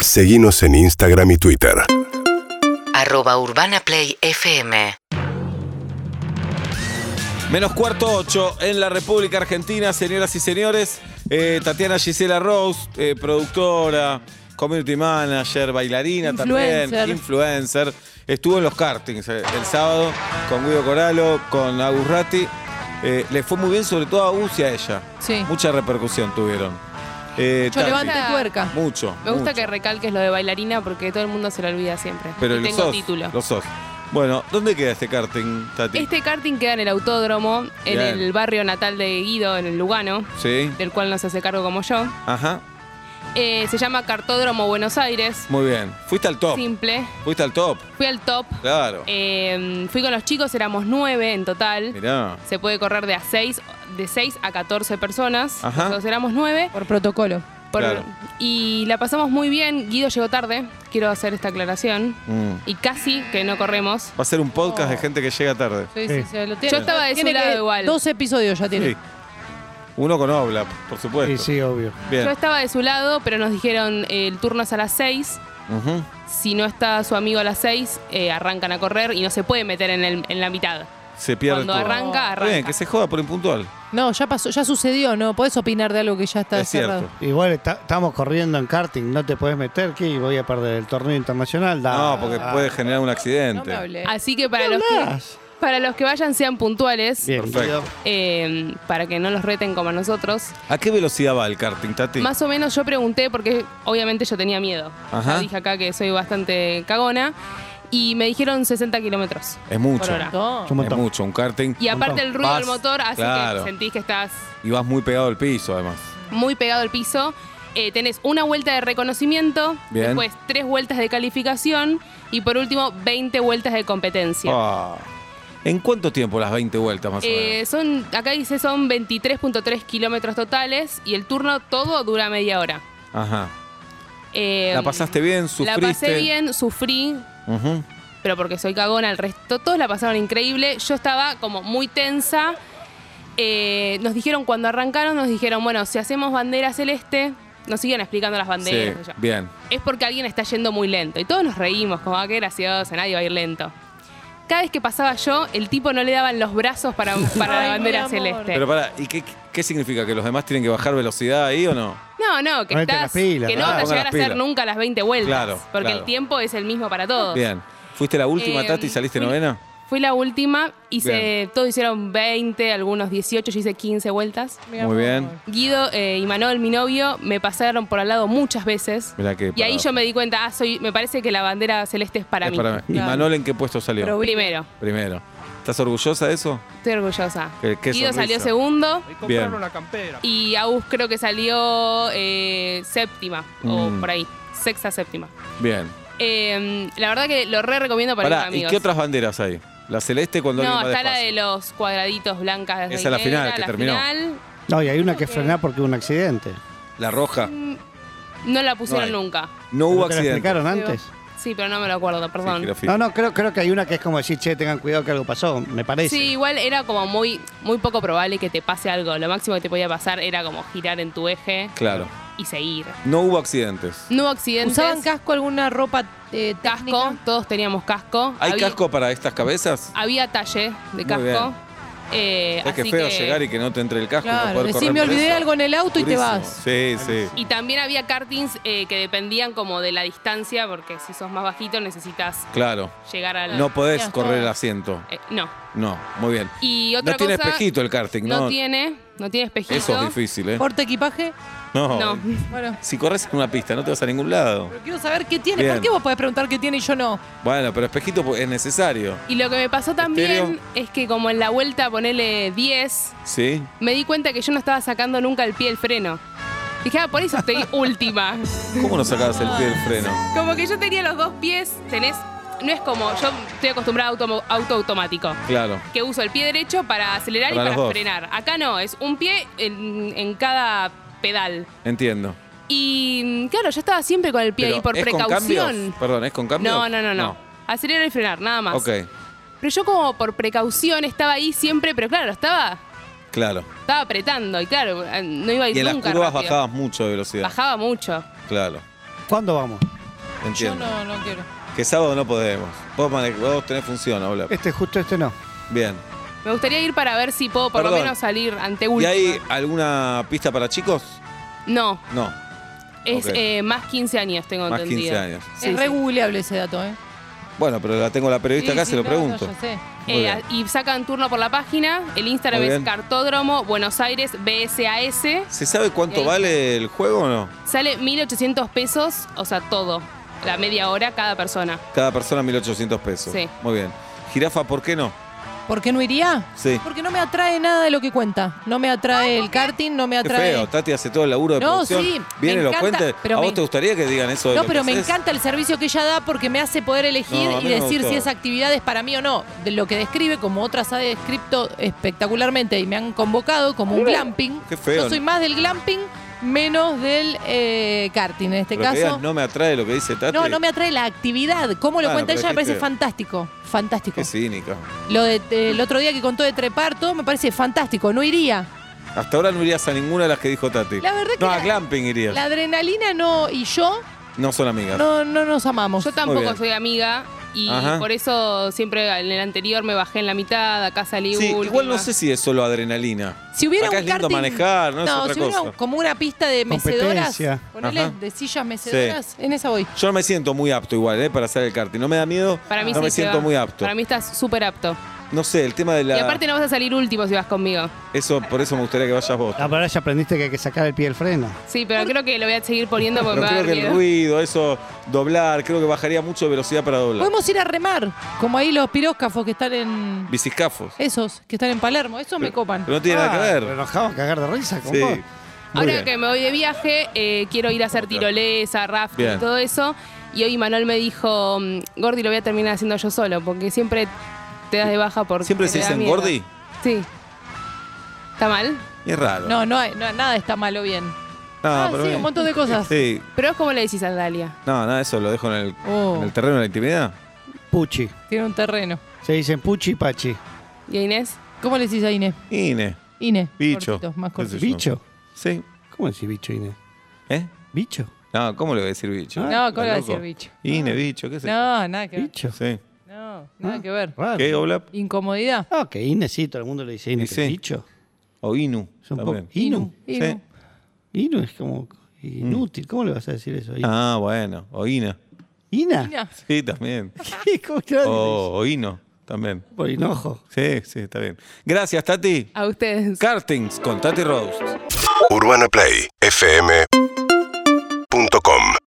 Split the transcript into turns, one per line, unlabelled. Seguimos en Instagram y Twitter.
Arroba Urbana Play FM.
Menos cuarto ocho en la República Argentina, señoras y señores. Eh, Tatiana Gisela Rose, eh, productora, community manager, bailarina
Influencer.
también, influencer. Estuvo en los kartings eh, el sábado con Guido Coralo, con Agus Ratti. Eh, le fue muy bien, sobre todo a Agus y a ella.
Sí.
Mucha repercusión tuvieron. Eh,
Yo
Tati,
levanté tuerca.
Mucho.
Me gusta
mucho.
que recalques lo de bailarina porque todo el mundo se lo olvida siempre.
Pero
Y
lo
tengo
sos,
título.
Lo sos. Bueno, ¿dónde queda este karting, Tati?
Este karting queda en el autódromo, en
Bien.
el barrio natal de Guido, en el Lugano,
Sí.
del cual no se hace cargo como yo.
Ajá.
Eh, se llama Cartódromo Buenos Aires.
Muy bien. Fuiste al top.
Simple.
Fuiste al top.
Fui al top.
Claro.
Eh, fui con los chicos, éramos nueve en total.
Mirá.
Se puede correr de a seis, de 6 a 14 personas.
Ajá.
Nosotros éramos nueve.
Por protocolo.
Por-
Claro.
Y la pasamos muy bien. Guido llegó tarde, quiero hacer esta aclaración.
Mm.
Y casi que no corremos.
Va a ser un podcast
Oh.
de gente que llega tarde.
Sí,
Sí.
sí, se lo
Yo estaba de
tiene
su lado
que-
igual.
Dos episodios ya tiene.
Sí. Uno con Obla, por
Sí,
supuesto.
sí, obvio.
Bien.
Yo estaba de su lado, pero nos dijeron eh, el turno es a las 6.
Ujú.
Si no está su amigo a las 6, arrancan a correr y no se puede meter en, el- en la mitad.
Se pierde
Cuando
todo.
arranca,
Está Bien,
arranca.
que se joda por impuntual.
No, ya pasó, ya sucedió, no podés opinar de algo que ya está
es
cerrado.
cierto.
Igual está- estamos corriendo en karting, no te puedes meter, ¿qué? Voy a perder el torneo internacional. da-
No, porque
da-
puede generar un accidente.
Ah,
Así que para los que, para los que vayan sean puntuales,
Bien,
Perfecto.
eh, para que no los reten como a nosotros.
¿A qué velocidad va el karting, Tati?
Más o menos yo pregunté porque obviamente yo tenía miedo.
Ajá.
Ya dije acá que soy bastante cagona. Y me dijeron 60 kilómetros.
es mucho.
por hora.
un
Es
montón.
mucho, un karting.
Y aparte el ruido
Vas,
del motor hace
claro.
que sentís que estás
Y vas muy pegado al piso, además.
muy pegado al piso. Eh, tenés una vuelta de reconocimiento,
Bien.
después tres vueltas de calificación y por último 20 vueltas de competencia.
Ah. ¿En cuánto tiempo las 20 vueltas, más o
Eh,
menos?
son, acá dice son 23.3 kilómetros totales y el turno todo dura media hora.
Ajá.
Eh,
¿La pasaste bien? ¿Sufriste?
La pasé bien, sufrí,
Ujú.
pero porque soy cagona, el resto todos la pasaron increíble. Yo estaba como muy tensa. Eh, nos dijeron cuando arrancaron, nos dijeron, bueno, si hacemos bandera celeste, nos siguen explicando las banderas.
Sí,
y yo,
bien.
es porque alguien está yendo muy lento. Y todos nos reímos, como, ah, qué gracioso, nadie va a ir lento. Cada vez que pasaba yo, el tipo no le daban los brazos para, para
Ay,
la bandera
mi amor.
celeste.
Pero para, ¿y qué, qué significa? ¿Que los demás tienen que bajar velocidad ahí o no?
no, no, que,
Ponete
estás,
las pilas,
que no
claro,
vas a
pongan
llegar a
las
hacer
pilas.
nunca las 20 vueltas.
Claro,
porque
claro.
el tiempo es el mismo para todos.
Bien. ¿Fuiste la última,
Eh,
Tati, y saliste
fui-
novena?
Fui la última, hice,
Bien.
todos hicieron 20, algunos 18, yo hice 15 vueltas.
Muy bien.
Guido eh, y Manuel, mi novio, me pasaron por al lado muchas veces.
Mirá que
Y ahí
parado.
yo me di cuenta, ah, soy, me parece que la bandera celeste es para
Es
mí.
para mí. ¿Y
Claro.
Manol en qué puesto salió?
Pero-
Primero.
Primero. ¿Estás orgullosa de eso?
Estoy orgullosa.
Qué- qué
Guido
sonrisa.
salió segundo
Bien.
y Agus creo que salió eh, séptima
Mm.
o por ahí, sexta, séptima.
Bien.
Eh, la verdad que lo re recomiendo para
Pará,
mis
¿y
amigos.
qué otras banderas hay? ¿La celeste cuando
no,
alguien va
está la de
despacio?
los cuadraditos blancas.
Esa
de
es la
negra,
final, que
la
terminó.
final.
No, y hay una que frenar porque hubo un accidente.
La roja.
Mm. no la
hay.
pusieron nunca.
No hubo
¿No te la
accidente.
explicaron antes?
Sí, pero no me lo acuerdo,
Sí,
perdón.
Girafi.
No, no, creo, creo que hay una que es como decir, che, tengan cuidado que algo pasó, me
Sí,
parece.
igual era como muy, muy poco probable que te pase algo. Lo máximo que te podía pasar era como girar en tu eje
Claro.
y seguir.
No hubo accidentes.
No hubo accidentes.
¿Usaban casco alguna ropa eh,
casco,
técnica?
todos teníamos casco.
¿Hay
Había-
casco para estas cabezas?
Había talle de
Muy
casco.
bien.
Eh,
Es que
así
feo
que-
llegar y que no te entre el casco. y no
Claro,
poder
decís,
correr
me
por
olvidé
eso.
algo en el auto y te
Durísimo.
vas.
Sí, sí.
Y también había kartings eh, que dependían como de la distancia, porque si sos más bajito necesitas
Claro.
llegar al.
No podés
Tenías
correr el
todas.
asiento.
Eh, no.
No, muy bien.
Y otra
No tiene
cosa,
espejito el karting,
No,
¿no?
tiene, no tiene espejito.
Eso es difícil, ¿eh?
¿Porte equipaje?
No.
No.
Bueno.
Si corres en una pista, no te vas a ningún lado.
Pero quiero saber qué tiene.
Bien.
¿Por qué vos podés preguntar qué tiene y yo no?
Bueno, pero espejito po- es necesario.
Y lo que me pasó también
Estéreo.
es que como en la vuelta ponele 10,
¿Sí?
me di cuenta que yo no estaba sacando nunca el pie del freno. Dije, ah, por eso estoy última.
¿Cómo no sacabas el pie del freno?
Como que yo tenía los dos pies, tenés. No es como. Yo estoy acostumbrada a auto, auto automático.
Claro.
Que uso el pie derecho para acelerar
Para
y
los
para
dos.
frenar. Acá no, es un pie en, en cada pedal.
Entiendo.
Y mm, claro, yo estaba siempre con el pie
Pero,
ahí por
¿es con
precaución.
cambios? Perdón, ¿es con cambios?
no, no, no, no. Acelerar y frenar, nada más.
Ok,
Pero yo como por precaución estaba ahí siempre, pero claro, estaba,
claro.
estaba apretando y claro, eh, no iba a ir
Y en las
nunca
curvas
rápido.
bajabas mucho de velocidad.
Bajaba mucho.
Claro.
¿Cuándo vamos?
Yo
Entiendo.
no, no quiero.
Que sábado no podemos. Vos, mane- vos tenés función, hola.
Este justo, este no.
Bien.
Me gustaría ir para ver si puedo por
Perdón.
lo menos salir ante
¿Y
última.
hay alguna pista para chicos?
No,
No,
es
Ok.
eh, más 15 años, tengo
más 15
entendido.
años.
Sí,
es
sí.
re googleable ese dato, ¿eh?
Bueno, pero la tengo la periodista
Sí,
acá,
sí,
se lo
no,
pregunto.
no, ya sé.
Muy
Eh,
bien.
y sacan turno por la página. El Instagram
Muy
es
bien.
Cartódromo Buenos Aires BSAS.
¿Se sabe cuánto
ahí-
vale el juego o no?
Sale 1.800 pesos, o sea, todo. La media hora cada persona.
Cada persona 1.800 pesos.
Sí.
Muy bien. Jirafa, ¿por qué no?
¿Por qué no iría?
Sí.
Porque no me atrae nada de lo que cuenta. No me atrae el karting, no me
Qué
atrae.
feo, Tati hace todo el laburo de
No,
producción.
sí,
Viene
me
los
encanta,
cuentes.
pero
¿A
me-
vos te gustaría que digan eso de
No,
lo
pero
que
me
haces?
encanta este el servicio que ella da porque me hace poder elegir
No, a mí
y
no me
decir
gustó.
si esa actividad es para mí o no. De lo que describe, como otras ha descrito espectacularmente y me han convocado como un glamping.
Qué feo,
Yo soy
¿no?
más del glamping menos del eh, karting en este
Pero que
caso.
digas, no me atrae lo que dice Tati.
no, no me atrae la actividad. Cómo lo
Bueno,
cuenta
pero
ella me parece
dijiste-
fantástico. Fantástico.
Qué cínica.
Lo de- del otro día que contó de trepar, todo me parece fantástico. No iría.
Hasta ahora no irías a ninguna de las que dijo Tati.
La verdad que
no, a
la-
Glamping irías.
La adrenalina no y yo
No son amigas.
no, no nos amamos.
Yo
Muy bien.
tampoco soy amiga y
Ajá.
por eso siempre en el anterior me bajé en la mitad, acá salí
sí, igual no
última.
sé si es solo adrenalina.
Si hubiera
Acá
un
es lindo
karting-
manejar, ¿no? Es otra
si hubiera
cosa.
como una pista de mecedoras,
Competencia.
ponele
Ajá.
de sillas mecedoras, en esa voy.
Yo no me siento muy apto igual, ¿eh? Para hacer el karting. No me da miedo.
Para mí
no
sí
me
se
siento
va.
muy apto.
Para mí estás súper apto.
No sé, el tema de la.
Y aparte no vas a salir último si vas conmigo.
Eso, por eso me gustaría que vayas vos.
Ah, pero ahora ya aprendiste que hay que sacar el pie del freno.
Sí, pero creo que lo voy a seguir poniendo porque
Pero
me va a
creo
dar
que el
miedo.
ruido, eso, doblar, creo que bajaría mucho de velocidad para doblar.
Podemos ir a remar, como ahí los piróscafos que están en
Biciscafos.
esos, que están en Palermo, esos me copan.
Pero no tiene nada que
Ah,
ver.
Pero nos dejamos cagar de risa con
Sí.
vos.
Muy
Ahora
bien.
que me voy de viaje, eh, quiero ir a hacer tirolesa, rafting
Bien.
y todo eso. Y hoy Manuel me dijo, mm, Gordi, lo voy a terminar haciendo yo solo, porque siempre te das de baja por.
¿Siempre se dicen Gordi?
Sí. ¿Está mal?
Y es raro.
No, no, hay- no, nada está malo bien.
Ah,
Ah,
pero
sí,
bien.
un montón de cosas.
Sí.
Pero es como le decís a Dalia.
No, nada, eso lo dejo en el,
Oh.
en el terreno de la intimidad.
Puchi.
Tiene un terreno.
Se dicen Puchi y Pachi.
¿Y a Inés?
¿Cómo le decís a Ine?
Ine.
Ine.
Bicho.
cortito, más
Qué
cortito.
sé yo.
¿Bicho?
Sí.
¿Cómo decís bicho, Inés?
¿Eh?
¿Bicho?
No, ¿cómo le voy a decir bicho?
No, ¿cómo le voy
¿Estás
a decir
loco?
bicho?
Ine, bicho, qué sé yo.
No, nada que ver.
¿Bicho?
Sí.
No, nada que ver.
Ah, Raro.
¿Qué, Oblap?
Incomodidad.
Ah, que Inés sí, todo el mundo le dice Inés.
Y
pero
sí.
¿Bicho?
O Inu.
Es un
también.
poco... Inu.
Inu.
Sí.
Inu es como inútil. ¿Cómo le vas a decir eso? ¿Ina?
Ah, bueno. O Ina.
¿Ina?
Mira,
Sí, también.
¿Cómo que nadie le
O, o Ino, también.
dice? Por hinojo.
Sí, sí, está bien. Gracias, Tati.
A ustedes.
Kartings con Tati Roast.
UrbanaPlayFM.com